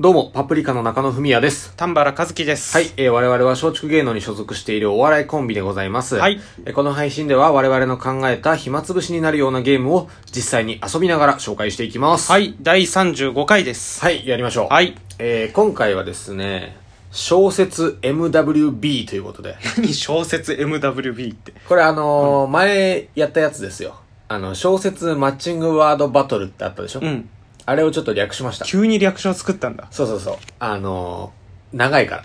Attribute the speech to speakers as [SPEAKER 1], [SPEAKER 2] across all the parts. [SPEAKER 1] どうも、パプリカの中野文也です。
[SPEAKER 2] 丹原和樹です。
[SPEAKER 1] はい、えー我々は松竹芸能に所属しているお笑いコンビでございます。
[SPEAKER 2] はい
[SPEAKER 1] えーこの配信では我々の考えた暇つぶしになるようなゲームを実際に遊びながら紹介していきます。
[SPEAKER 2] はい。。第35回です。
[SPEAKER 1] はい、やりましょう。
[SPEAKER 2] はい。
[SPEAKER 1] えー今回はですね、小説 MWB ということで。
[SPEAKER 2] 何小説 MWB って。
[SPEAKER 1] これあのー前やったやつですよ。あの、小説マッチングワードバトルってあったでしょ
[SPEAKER 2] うん。
[SPEAKER 1] あれをちょっと略しました。
[SPEAKER 2] 急に略称作ったんだ。
[SPEAKER 1] そうそうそう。あのー長いから。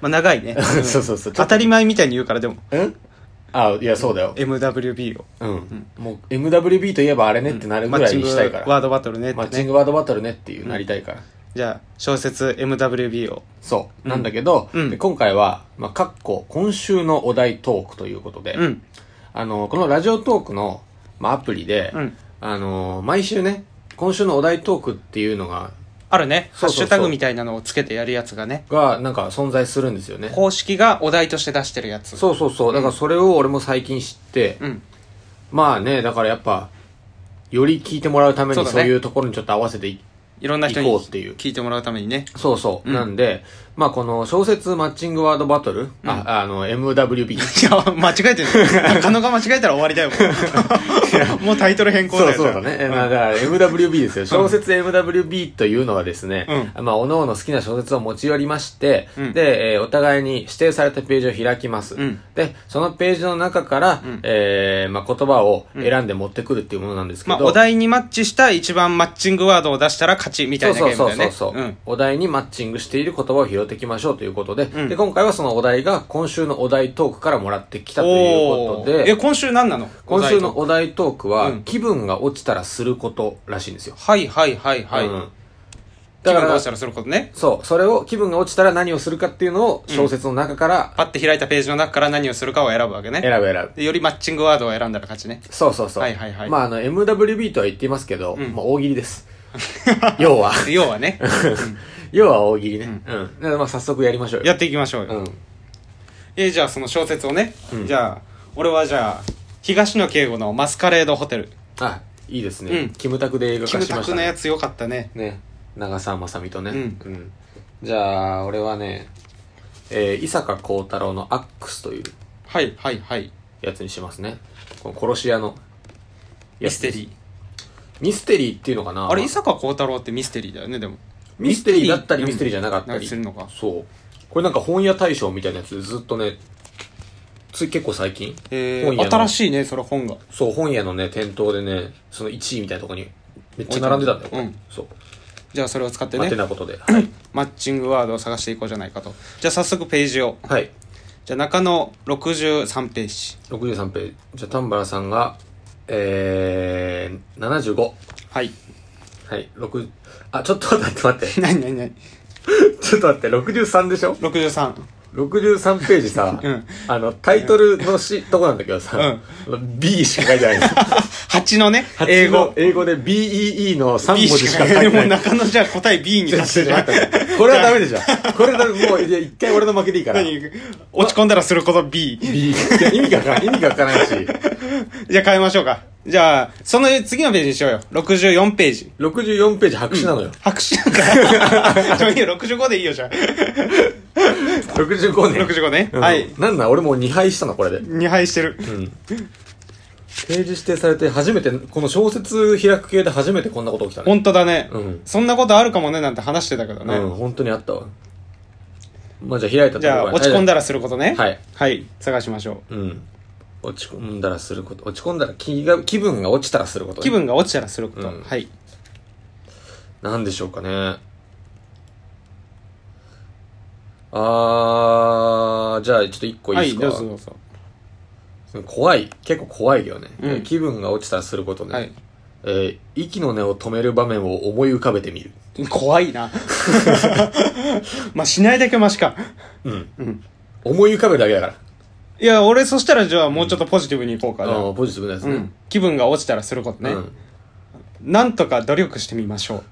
[SPEAKER 2] まあ、長いね。ん
[SPEAKER 1] そうそうそう
[SPEAKER 2] 当たり前みたいに言うから、でも、
[SPEAKER 1] うんあ、いや、そうだよ。
[SPEAKER 2] MWB を。
[SPEAKER 1] うん。もう、MWB といえばあれねってなるぐ
[SPEAKER 2] マ
[SPEAKER 1] ら
[SPEAKER 2] ッ
[SPEAKER 1] い
[SPEAKER 2] チン
[SPEAKER 1] に
[SPEAKER 2] グ
[SPEAKER 1] したいから。
[SPEAKER 2] ワードバトルねって
[SPEAKER 1] マッチン
[SPEAKER 2] ね。
[SPEAKER 1] グワードバトルねっていうなりたいから。
[SPEAKER 2] じゃあ、小説 MWB を。
[SPEAKER 1] そう。なんだけど、
[SPEAKER 2] うん
[SPEAKER 1] で今回は、まあ、かっこ、今週のお題トークということで、
[SPEAKER 2] うん。
[SPEAKER 1] あの、このラジオトークの、まあ、アプリで、
[SPEAKER 2] うん
[SPEAKER 1] あの、毎週ね、今週のお題トークっていうのが、
[SPEAKER 2] あるね。
[SPEAKER 1] そ
[SPEAKER 2] ハ
[SPEAKER 1] う
[SPEAKER 2] ッ
[SPEAKER 1] そうそう
[SPEAKER 2] シュタグみたいなのをつけてやるやつがね。
[SPEAKER 1] が、なんか存在するんですよね。
[SPEAKER 2] 公式がお題として出してるやつ。
[SPEAKER 1] そうそうそう。だからそれを俺も最近知って、
[SPEAKER 2] うん。
[SPEAKER 1] まあね、だからやっぱ、より聞いてもらうため
[SPEAKER 2] そ
[SPEAKER 1] に
[SPEAKER 2] うだ
[SPEAKER 1] そ
[SPEAKER 2] ね
[SPEAKER 1] ういうところにちょっと合わせてい
[SPEAKER 2] いろんな人に
[SPEAKER 1] 行こうっていう
[SPEAKER 2] 聞いてもらうためにね。
[SPEAKER 1] そうそう。なんで、まあこの小説マッチングワードバトル、あ、あの、MWB。
[SPEAKER 2] いや、間違 えてる。中野が間違えたら終わりだよ。もう もうタイトル変更だ
[SPEAKER 1] そう
[SPEAKER 2] よ。
[SPEAKER 1] そうだね。えまあだから MWB ですよ。小説 MWB というのはですね、まあ、おのおの好きな小説を持ち寄りまして、
[SPEAKER 2] うん
[SPEAKER 1] で、えーお互いに指定されたページを開きます。
[SPEAKER 2] うん
[SPEAKER 1] で、そのページの中から、えーまあ、言葉を選んで持ってくるっていうものなんですけ
[SPEAKER 2] ま
[SPEAKER 1] ど、
[SPEAKER 2] あ、お題にマッチした一番マッチングワードを出したら勝ちみ
[SPEAKER 1] そ
[SPEAKER 2] た
[SPEAKER 1] う
[SPEAKER 2] いなゲ
[SPEAKER 1] そ
[SPEAKER 2] ー
[SPEAKER 1] う
[SPEAKER 2] ムだ
[SPEAKER 1] そうそう
[SPEAKER 2] よね。
[SPEAKER 1] そう、
[SPEAKER 2] ん
[SPEAKER 1] お題にマッチングしている言葉を拾っていきましょうということで,、
[SPEAKER 2] ん
[SPEAKER 1] で今回はそのお題が今週のお題トークからもらってきたということ
[SPEAKER 2] おー
[SPEAKER 1] で
[SPEAKER 2] え、今週何なの
[SPEAKER 1] 今週。のお題トークは、
[SPEAKER 2] うん
[SPEAKER 1] 気分が落ちたらすることらしいんですよ。
[SPEAKER 2] はいはいはいはい。
[SPEAKER 1] うんだ
[SPEAKER 2] 気
[SPEAKER 1] か
[SPEAKER 2] 分ど
[SPEAKER 1] ら
[SPEAKER 2] うし、たらすることね。
[SPEAKER 1] そう、それを、気分が落ちたら何をするかっていうのを小説の中から
[SPEAKER 2] パッて開いたページの中から何をするかを選ぶわけね。
[SPEAKER 1] 選ぶ選ぶ。
[SPEAKER 2] でよりマッチングワードを選んだら勝ちね。
[SPEAKER 1] そうそうそう。
[SPEAKER 2] はいはいはい
[SPEAKER 1] まあ、あの、MWB とは言っていますけど、
[SPEAKER 2] ん
[SPEAKER 1] まあ、大喜利 です。要は。
[SPEAKER 2] で要は ね、
[SPEAKER 1] 要は大喜利ね。うん。だからまあ、早速やりましょうよ。
[SPEAKER 2] やっていきましょうよ。
[SPEAKER 1] うん。
[SPEAKER 2] えーじゃあその小説をね、じゃあ、俺はじゃあ、東野圭吾のマスカレードホテル。
[SPEAKER 1] あ、いいですね。
[SPEAKER 2] うん
[SPEAKER 1] キムタクで映画
[SPEAKER 2] キ
[SPEAKER 1] 化
[SPEAKER 2] ム
[SPEAKER 1] し
[SPEAKER 2] タ
[SPEAKER 1] まし
[SPEAKER 2] ク
[SPEAKER 1] た
[SPEAKER 2] の
[SPEAKER 1] ね。
[SPEAKER 2] やつよかったね。
[SPEAKER 1] ね長澤まさみとね、
[SPEAKER 2] うん
[SPEAKER 1] じゃあ俺はね、えー、伊坂幸太郎の「アックス」という
[SPEAKER 2] はいはいはい。
[SPEAKER 1] やつにしますねこの殺し屋の
[SPEAKER 2] ミステリ
[SPEAKER 1] ー
[SPEAKER 2] ー。
[SPEAKER 1] ミステリーっていうのかな
[SPEAKER 2] あれ、
[SPEAKER 1] ま
[SPEAKER 2] 伊坂幸太郎ってミステリーだよね、でも。
[SPEAKER 1] ミステリーだったり
[SPEAKER 2] うん
[SPEAKER 1] ミステリーじゃなかった
[SPEAKER 2] なん
[SPEAKER 1] り
[SPEAKER 2] するのか。
[SPEAKER 1] そうこれなんか本屋大賞みたいなやつでずっとねつい結構最近、
[SPEAKER 2] え
[SPEAKER 1] 本屋
[SPEAKER 2] ー、
[SPEAKER 1] の
[SPEAKER 2] 新しいね、それ本が。
[SPEAKER 1] そう本屋のね店頭でねその1位みたいなとこにめっちゃ並んでたんだよ、これ
[SPEAKER 2] うん
[SPEAKER 1] そう
[SPEAKER 2] じゃあそれを使って
[SPEAKER 1] 待て
[SPEAKER 2] ね、
[SPEAKER 1] なことではい、
[SPEAKER 2] マッチングワードを探していこうじゃないかと。じゃあ早速ページを。
[SPEAKER 1] はい、
[SPEAKER 2] じゃあ中野63ページ。
[SPEAKER 1] 63ページ。じゃあ、丹原さんが、えー、75。
[SPEAKER 2] はい。
[SPEAKER 1] はい、6、あ、ちょっと待って、待って。
[SPEAKER 2] なになになに
[SPEAKER 1] ちょっと待って、63でしょ
[SPEAKER 2] ?63。
[SPEAKER 1] ?63 ページさ、
[SPEAKER 2] うん
[SPEAKER 1] あの、タイトルのし、とこなんだけどさ、B しか書いてないの。
[SPEAKER 2] 8のね、 英語。
[SPEAKER 1] 英語で BEE の3
[SPEAKER 2] B
[SPEAKER 1] 文字
[SPEAKER 2] し
[SPEAKER 1] しか
[SPEAKER 2] か
[SPEAKER 1] 書い
[SPEAKER 2] 書いて
[SPEAKER 1] て
[SPEAKER 2] ない。
[SPEAKER 1] な
[SPEAKER 2] も
[SPEAKER 1] い。
[SPEAKER 2] う中野じゃあ答え B に
[SPEAKER 1] ちょ
[SPEAKER 2] 出
[SPEAKER 1] ち
[SPEAKER 2] し
[SPEAKER 1] ょ
[SPEAKER 2] て
[SPEAKER 1] ち ょ
[SPEAKER 2] ない。
[SPEAKER 1] 待ってこれはダメでしょ。これだ、もう、いや、一回俺の負けでいいから。
[SPEAKER 2] 何落ち込んだらすること B。
[SPEAKER 1] B。いや、意味がわからん、意味がわからんし。
[SPEAKER 2] じゃあ変えましょうか。じゃあ、その次のページにしようよ。64ページ。
[SPEAKER 1] 64ページ白紙なのよ。
[SPEAKER 2] 白紙なんだよ。 ちょ、いいよ、65でいいよ、じゃあ。
[SPEAKER 1] 65年。
[SPEAKER 2] 65ね。
[SPEAKER 1] うん
[SPEAKER 2] はい。
[SPEAKER 1] なんなん俺もう2敗したの、これで。
[SPEAKER 2] 2敗してる。
[SPEAKER 1] ページ指定されて初めて、この小説開く系で初めてこんなこと起きたね。
[SPEAKER 2] 本当だね、
[SPEAKER 1] うん
[SPEAKER 2] そんなことあるかもねなんて話してたけどね、
[SPEAKER 1] うん、本当にあったわ。まあじゃあ開いたところ
[SPEAKER 2] じゃあ
[SPEAKER 1] は
[SPEAKER 2] 落ち込んだらすることね
[SPEAKER 1] はい、
[SPEAKER 2] はい、探しましょう
[SPEAKER 1] うん。落ち込んだらすること。落ち込んだら気が、気分が落ちたらすること、
[SPEAKER 2] 気。分が落ちたらすること、
[SPEAKER 1] うん
[SPEAKER 2] はい
[SPEAKER 1] なんでしょうかね。あー、じゃあちょっと一個いい
[SPEAKER 2] は
[SPEAKER 1] で
[SPEAKER 2] い
[SPEAKER 1] すか、
[SPEAKER 2] どうぞどうぞ
[SPEAKER 1] 怖い。結構怖いよね、
[SPEAKER 2] うん
[SPEAKER 1] 気分が落ちたらすることね。
[SPEAKER 2] はい
[SPEAKER 1] えー息の根を止める場面を思い浮かべてみる。
[SPEAKER 2] 怖いな まあしないだけマシか
[SPEAKER 1] うん。
[SPEAKER 2] うん
[SPEAKER 1] 思い浮かべるだけだから。
[SPEAKER 2] いや俺そしたらじゃあもうちょっとポジティブにいこうか
[SPEAKER 1] あ
[SPEAKER 2] な、
[SPEAKER 1] ーポジティブなやつ
[SPEAKER 2] う
[SPEAKER 1] ね。
[SPEAKER 2] ん、気分が落ちたらすることね、
[SPEAKER 1] うん
[SPEAKER 2] なんとか努力してみましょ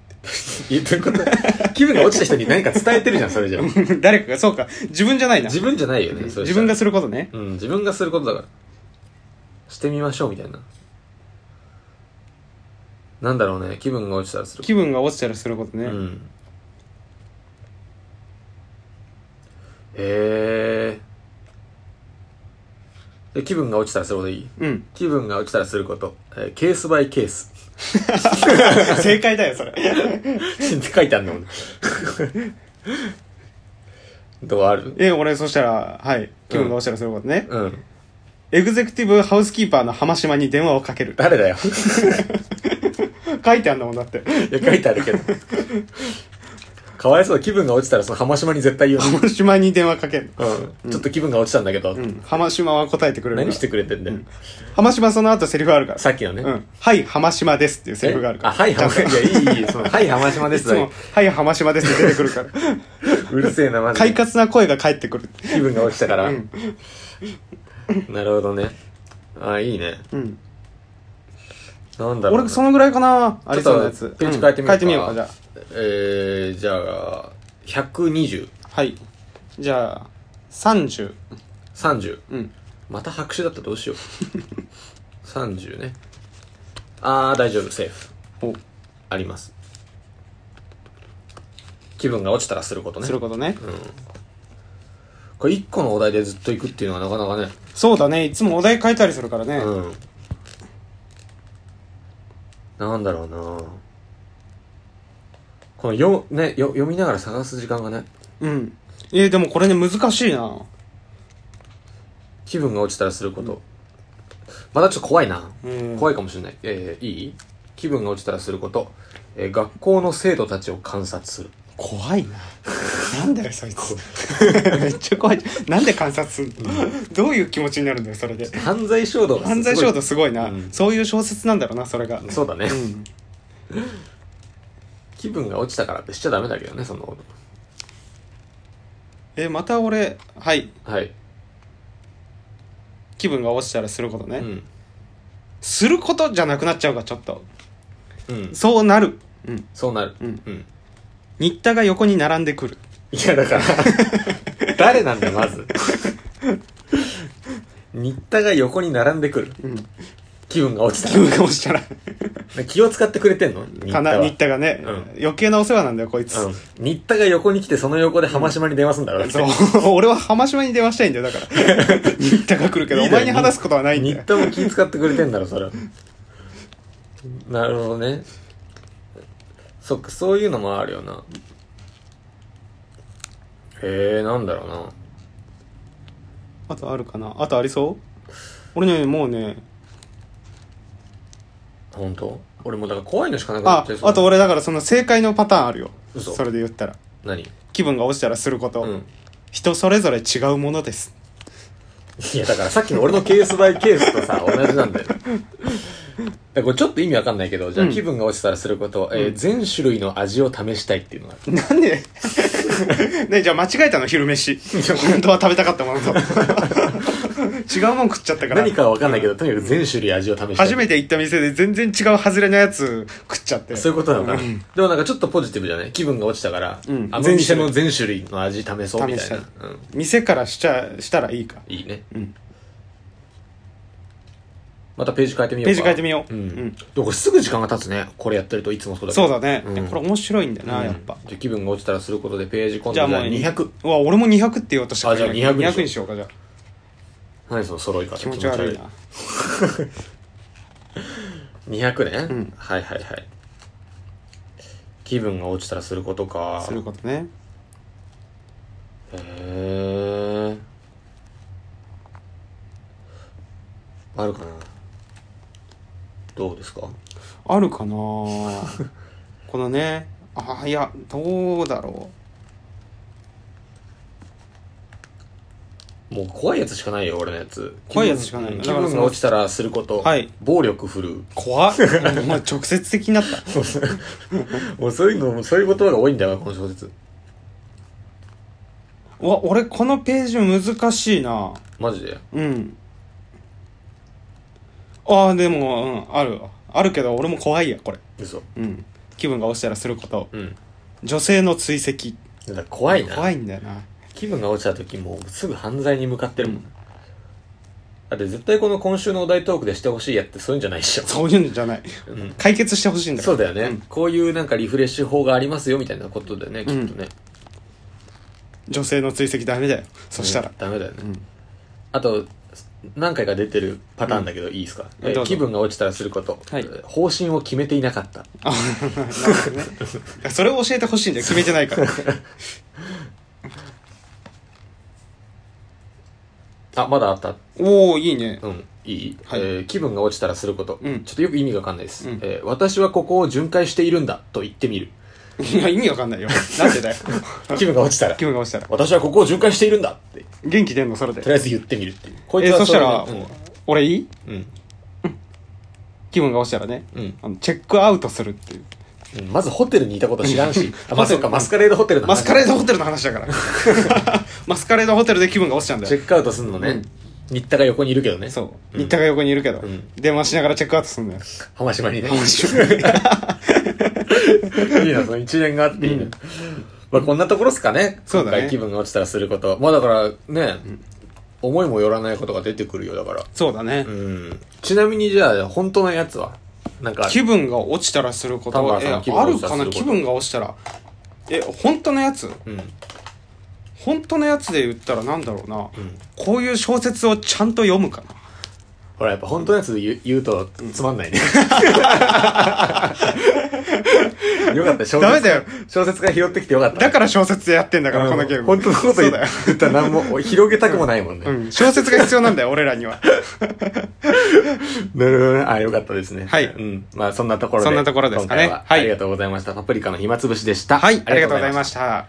[SPEAKER 1] いやどういうこと気分が落ちた人に何か伝えてるじゃん、それじゃん。
[SPEAKER 2] う 誰かがそうか自分じゃないな
[SPEAKER 1] 自分じゃないよね、それ
[SPEAKER 2] 自分が
[SPEAKER 1] し
[SPEAKER 2] することね
[SPEAKER 1] たら。うん、自分がすることだから。してみましょう、みたいな。なんだろうね、気分が落ちたらする。
[SPEAKER 2] 気分が落ちたらすることね、
[SPEAKER 1] うん。へえで気分が落ちたらそれほどいい
[SPEAKER 2] うん。
[SPEAKER 1] 気分が落ちたらすること、えーケースバイケース
[SPEAKER 2] 正解だよ、それ。
[SPEAKER 1] って書いてあるのどうある
[SPEAKER 2] え、俺、そしたら、はい。気分が落ちたらそういうことね。
[SPEAKER 1] うん
[SPEAKER 2] エグゼクティブハウスキーパーの浜島に電話をかける。
[SPEAKER 1] 誰だよ
[SPEAKER 2] 書いてあんだもんだって。
[SPEAKER 1] いや書いてあるけどかわいそう気分が落ちたらその浜島に絶対言う
[SPEAKER 2] 浜島に電話かける。
[SPEAKER 1] の、うん、ちょっと気分が落ちたんだけど、
[SPEAKER 2] うん。浜島は答えてくれるから。
[SPEAKER 1] 何してくれてんだよ、
[SPEAKER 2] 浜島その後セリフあるから。
[SPEAKER 1] さっきのね、
[SPEAKER 2] うん。はい、浜島ですっていうセリフがあるか
[SPEAKER 1] あ、
[SPEAKER 2] ら。
[SPEAKER 1] はい、浜
[SPEAKER 2] ちゃん
[SPEAKER 1] 島。
[SPEAKER 2] と
[SPEAKER 1] いや、いい、いい。その、はい、浜島で
[SPEAKER 2] い
[SPEAKER 1] す
[SPEAKER 2] つも
[SPEAKER 1] と。、
[SPEAKER 2] はい、浜島ですって出てくるから。
[SPEAKER 1] うるせえな、マジ
[SPEAKER 2] 快
[SPEAKER 1] で。
[SPEAKER 2] 活な声が返ってくる。
[SPEAKER 1] 気分が落ちたから。
[SPEAKER 2] うん
[SPEAKER 1] なるほどね。あ、いいね。
[SPEAKER 2] うん。
[SPEAKER 1] なんだろう、ね。
[SPEAKER 2] 俺、そのぐらいかなありそうなや
[SPEAKER 1] ちょ
[SPEAKER 2] つ
[SPEAKER 1] っ。とページ変えてみようか。
[SPEAKER 2] 変えてみようか、じゃあ。。
[SPEAKER 1] えー、じゃあ、120、
[SPEAKER 2] はい。じゃあ、30。
[SPEAKER 1] 30。
[SPEAKER 2] うん。
[SPEAKER 1] また白紙だったらどうし よう。30ね。あー、大丈夫、セーフ。
[SPEAKER 2] お、
[SPEAKER 1] あります。気分が落ちたらすることね
[SPEAKER 2] す。ることね。
[SPEAKER 1] これ1個のお題でずっと行くっていうのはなかなかね。
[SPEAKER 2] そうだね。いつもお題変えたりするからね。
[SPEAKER 1] うん。なんだろうなこのよ、ね、よ読みながら探す時間がね、
[SPEAKER 2] うん。えー、でもこれね、難しいな。
[SPEAKER 1] 気分が落ちたらすること。まだちょっと怖いな。
[SPEAKER 2] うん
[SPEAKER 1] 怖いかもしれない。えー、いい気分が落ちたらすること。えー学校の生徒たちを観察する。
[SPEAKER 2] 怖いな。なんだよ、そいつ。 めっちゃ怖い。なんで観察すんのどういう気持ちになるんだよ、それで。
[SPEAKER 1] 犯罪衝動がすごい
[SPEAKER 2] 犯罪衝動すごいな、
[SPEAKER 1] うん
[SPEAKER 2] そういう小説なんだろうなそれが
[SPEAKER 1] そうだね。
[SPEAKER 2] ん
[SPEAKER 1] 気分が落ちたからってしちゃダメだけどね、その。
[SPEAKER 2] えまた俺はい
[SPEAKER 1] はい。
[SPEAKER 2] 気分が落ちたらすることね、
[SPEAKER 1] うん。
[SPEAKER 2] することじゃなくなっちゃうかちょっと
[SPEAKER 1] うん。
[SPEAKER 2] そうなる、うん、
[SPEAKER 1] そうなる。
[SPEAKER 2] うん
[SPEAKER 1] うん
[SPEAKER 2] 新田が横に並んでくる
[SPEAKER 1] いや、だから、 誰なんだよ、まず。 新田が横に並んでくる。
[SPEAKER 2] ん
[SPEAKER 1] 気分が落ち
[SPEAKER 2] 気分が落ちたら
[SPEAKER 1] た。気を使ってくれてんの新
[SPEAKER 2] か
[SPEAKER 1] 田
[SPEAKER 2] な
[SPEAKER 1] は。
[SPEAKER 2] 新田がね、
[SPEAKER 1] うん
[SPEAKER 2] 余計なお世話なんだよこいつ、
[SPEAKER 1] うん。新田が横に来て、その横で浜島に電話すんだろ、だって
[SPEAKER 2] そう 俺は浜島に電話したいんだ よだから新田が来るけど
[SPEAKER 1] いい
[SPEAKER 2] お
[SPEAKER 1] だろ
[SPEAKER 2] 前に話すことはないんだ
[SPEAKER 1] 新
[SPEAKER 2] よ
[SPEAKER 1] 田も気使ってくれてんだろ、それは。なるほどね。そっか、そういうのもあるよな。へえ、なんだろうな。
[SPEAKER 2] あとあるかなあとありそう俺ねもうね
[SPEAKER 1] 本当俺もうだから怖いのしかなくな
[SPEAKER 2] あ
[SPEAKER 1] っちゃいそう
[SPEAKER 2] あと俺だからその正解のパターンあるよ
[SPEAKER 1] 嘘
[SPEAKER 2] それで言ったら
[SPEAKER 1] 何
[SPEAKER 2] 気分が落ちたらすること、
[SPEAKER 1] うん。
[SPEAKER 2] 人それぞれ違うもの です
[SPEAKER 1] いや、だからさっきの俺のケースバイケースと さ、同じなんだよ。だからこれちょっと意味わかんないけど、じゃあ気分が落ちたらすること、えー全種類の味を試したいっていうのがある。
[SPEAKER 2] なんで ねじゃあ間違えたの昼飯本当は食べたかったものと 違うもん食っちゃったから
[SPEAKER 1] 何かはわかんないけど、とにかく全種類味を試したい。
[SPEAKER 2] 初めて行った店で全然違う外れのやつ食っちゃって
[SPEAKER 1] そういうことなのかな。でもなんかちょっとポジティブじゃない気分が落ちたから、
[SPEAKER 2] うん
[SPEAKER 1] あの店の全種類の味試そうみた
[SPEAKER 2] 試し
[SPEAKER 1] い
[SPEAKER 2] た
[SPEAKER 1] な。
[SPEAKER 2] い
[SPEAKER 1] うん。
[SPEAKER 2] 店からしちゃしたらいいか
[SPEAKER 1] いいね。
[SPEAKER 2] うん
[SPEAKER 1] またページ変えてみようか。
[SPEAKER 2] ページ変えてみよう、
[SPEAKER 1] うん。
[SPEAKER 2] う
[SPEAKER 1] で
[SPEAKER 2] ん
[SPEAKER 1] もこれすぐ時間が経つね。これやってるといつもそうだけ
[SPEAKER 2] そ
[SPEAKER 1] ど。
[SPEAKER 2] うだね、
[SPEAKER 1] うん
[SPEAKER 2] これ面白いんだよな、やっぱ
[SPEAKER 1] うんじゃあ気分が落ちたらすることでページ今
[SPEAKER 2] じゃ
[SPEAKER 1] 度
[SPEAKER 2] あ
[SPEAKER 1] じ
[SPEAKER 2] も
[SPEAKER 1] ゃあ
[SPEAKER 2] う
[SPEAKER 1] 200。
[SPEAKER 2] うわ俺も200って言おうとした
[SPEAKER 1] あじゃあ200にしよう
[SPEAKER 2] にしようかじゃあ
[SPEAKER 1] 何その揃い方
[SPEAKER 2] 気持ち悪いな
[SPEAKER 1] 200ね、
[SPEAKER 2] うん
[SPEAKER 1] はいはいはい気分が落ちたらすることか
[SPEAKER 2] することね
[SPEAKER 1] へえあるかなどうですか
[SPEAKER 2] あ るかなこのねあいやどうだろ
[SPEAKER 1] もう怖いやつしかないよ俺のやつ
[SPEAKER 2] 怖いやつしかない
[SPEAKER 1] うん
[SPEAKER 2] の
[SPEAKER 1] 気
[SPEAKER 2] だから
[SPEAKER 1] 分
[SPEAKER 2] そ
[SPEAKER 1] が
[SPEAKER 2] の
[SPEAKER 1] 落ちたらすること、
[SPEAKER 2] はい
[SPEAKER 1] 暴力振るう
[SPEAKER 2] う 怖っお前直接的になった
[SPEAKER 1] もうそういうのそういう言葉が多いんだよなこの小説
[SPEAKER 2] うわ俺このページ難しいな
[SPEAKER 1] マジで
[SPEAKER 2] うんああでも、うん、あるわあるけど俺も怖いやこれ
[SPEAKER 1] 嘘
[SPEAKER 2] うん気分が落ちたらすること
[SPEAKER 1] うん
[SPEAKER 2] 女性の追跡
[SPEAKER 1] だから怖いな
[SPEAKER 2] 怖いんだよな
[SPEAKER 1] 気分が落ちた時もうすぐ犯罪に向かってるもん、だって絶対この今週のお題トークでしてほしいやってそういうんじゃないでしょ
[SPEAKER 2] そういうんじゃない、
[SPEAKER 1] うん
[SPEAKER 2] 解決してほしいんだ
[SPEAKER 1] そううだよね、
[SPEAKER 2] ん
[SPEAKER 1] こういうなんかリフレッシュ法がありますよみたいなことだよねきっとね、
[SPEAKER 2] 女性の追跡ダメだよそしたら、
[SPEAKER 1] ダメだよね、あと何回か出てるパターンだけど、いいですか、えー
[SPEAKER 2] どうぞ
[SPEAKER 1] 気分が落ちたらすること、
[SPEAKER 2] はい
[SPEAKER 1] 方針を決めていなかった
[SPEAKER 2] あなるほどね それを教えてほしいんだよ決めてないから
[SPEAKER 1] あまだあった
[SPEAKER 2] おおいいね
[SPEAKER 1] うんいい、
[SPEAKER 2] はい
[SPEAKER 1] えー気分が落ちたらすること、
[SPEAKER 2] うん
[SPEAKER 1] ちょっとよく意味がわかんないです、
[SPEAKER 2] うん
[SPEAKER 1] えー私はここを巡回しているんだと言ってみる
[SPEAKER 2] いや意味わかんないよなんでだよ
[SPEAKER 1] 気分が落ちたら
[SPEAKER 2] 気分が落ちたら
[SPEAKER 1] 私はここを巡回しているんだって
[SPEAKER 2] 元気出んのそれで
[SPEAKER 1] とりあえず言ってみるっていうこ
[SPEAKER 2] えーそしたら、
[SPEAKER 1] れで
[SPEAKER 2] 俺いい
[SPEAKER 1] うん
[SPEAKER 2] 気分が落ちたらね、
[SPEAKER 1] うん
[SPEAKER 2] あのチェックアウトするっていう
[SPEAKER 1] うんまずホテルにいたこと知らん しあまあそう
[SPEAKER 2] ホテ
[SPEAKER 1] か
[SPEAKER 2] ル
[SPEAKER 1] マスカレードホテルの
[SPEAKER 2] マスカレー
[SPEAKER 1] ド
[SPEAKER 2] ドホテルの話 だからマスカレードホテルで気分が落ちちゃうんだ
[SPEAKER 1] チ
[SPEAKER 2] よ
[SPEAKER 1] ェックアウトすんのね、新田が横にいるけどね
[SPEAKER 2] そう
[SPEAKER 1] うん
[SPEAKER 2] 新田が横にいるけど、
[SPEAKER 1] ん
[SPEAKER 2] 電話しながらチェックアウトするんだよ
[SPEAKER 1] 浜島にね
[SPEAKER 2] 面白 い
[SPEAKER 1] いいな、その一連があっていいね。まあこんなところっすかね。
[SPEAKER 2] そうだね
[SPEAKER 1] 今回気分が落ちたらすること。まあだからね、思いもよらないことが出てくるよ、だから。
[SPEAKER 2] そうだね、
[SPEAKER 1] うん。ちなみにじゃあ、本当のやつはなんか、
[SPEAKER 2] 気分が落ちたらすることは
[SPEAKER 1] 田村さん
[SPEAKER 2] え
[SPEAKER 1] 気分
[SPEAKER 2] あ
[SPEAKER 1] が
[SPEAKER 2] る
[SPEAKER 1] 落ちたら
[SPEAKER 2] か
[SPEAKER 1] す
[SPEAKER 2] な
[SPEAKER 1] ること
[SPEAKER 2] 気分が落ちたらえ本当のやつ
[SPEAKER 1] うん。
[SPEAKER 2] 本当のやつで言ったらなんだろうな、こういう小説をちゃんと読むかな
[SPEAKER 1] ほら、やっぱ本当のやつ言う言うとつまんないね。 よかった、小説。
[SPEAKER 2] ダメだよ。
[SPEAKER 1] 小説から拾ってきてよかった。
[SPEAKER 2] だから小説でやってんだからこのゲーム
[SPEAKER 1] 本当のこと
[SPEAKER 2] そう
[SPEAKER 1] 言
[SPEAKER 2] だよ
[SPEAKER 1] ったら何も広げたくもないもんね。
[SPEAKER 2] うん、小説が必要なんだよ、俺ら には。
[SPEAKER 1] なるほどね。あ、よかったですね。
[SPEAKER 2] はい
[SPEAKER 1] うん。まあ、そんなところで。
[SPEAKER 2] そんなところですかね
[SPEAKER 1] 今回は
[SPEAKER 2] はい
[SPEAKER 1] ありがとうございました。パプリカの暇つぶしでした。
[SPEAKER 2] はい、ありがとうございました。